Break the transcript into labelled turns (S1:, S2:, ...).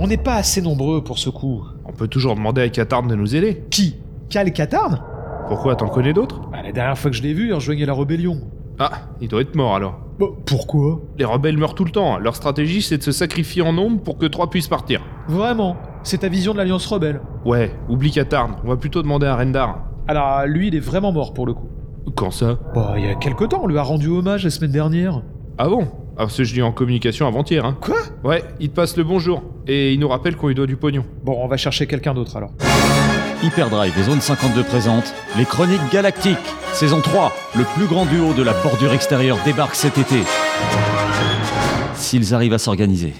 S1: On n'est pas assez nombreux pour ce coup.
S2: On peut toujours demander à Katarn de nous aider.
S1: Qui Cal Katarn
S2: Pourquoi t'en connais d'autres
S1: Bah, La dernière fois que je l'ai vu, il rejoignait la rébellion.
S2: Ah, il doit être mort alors.
S1: Bah, pourquoi
S2: Les rebelles meurent tout le temps. Leur stratégie, c'est de se sacrifier en nombre pour que trois puissent partir.
S1: Vraiment C'est ta vision de l'Alliance Rebelle.
S2: Ouais, oublie Katarn. On va plutôt demander à Rendar.
S1: Alors, lui, il est vraiment mort pour le coup.
S2: Quand ça
S1: Bah, il y a quelque temps, on lui a rendu hommage la semaine dernière.
S2: Ah bon Ah, parce que je l'ai eu en communication avant-hier, hein.
S1: Quoi
S2: Ouais, il te passe le bonjour. Et il nous rappelle qu'on lui doit du pognon.
S1: Bon, on va chercher quelqu'un d'autre alors.
S3: Hyperdrive et Zone 52 présentent Les Chroniques Galactiques, saison 3. Le plus grand duo de la bordure extérieure débarque cet été. S'ils arrivent à s'organiser.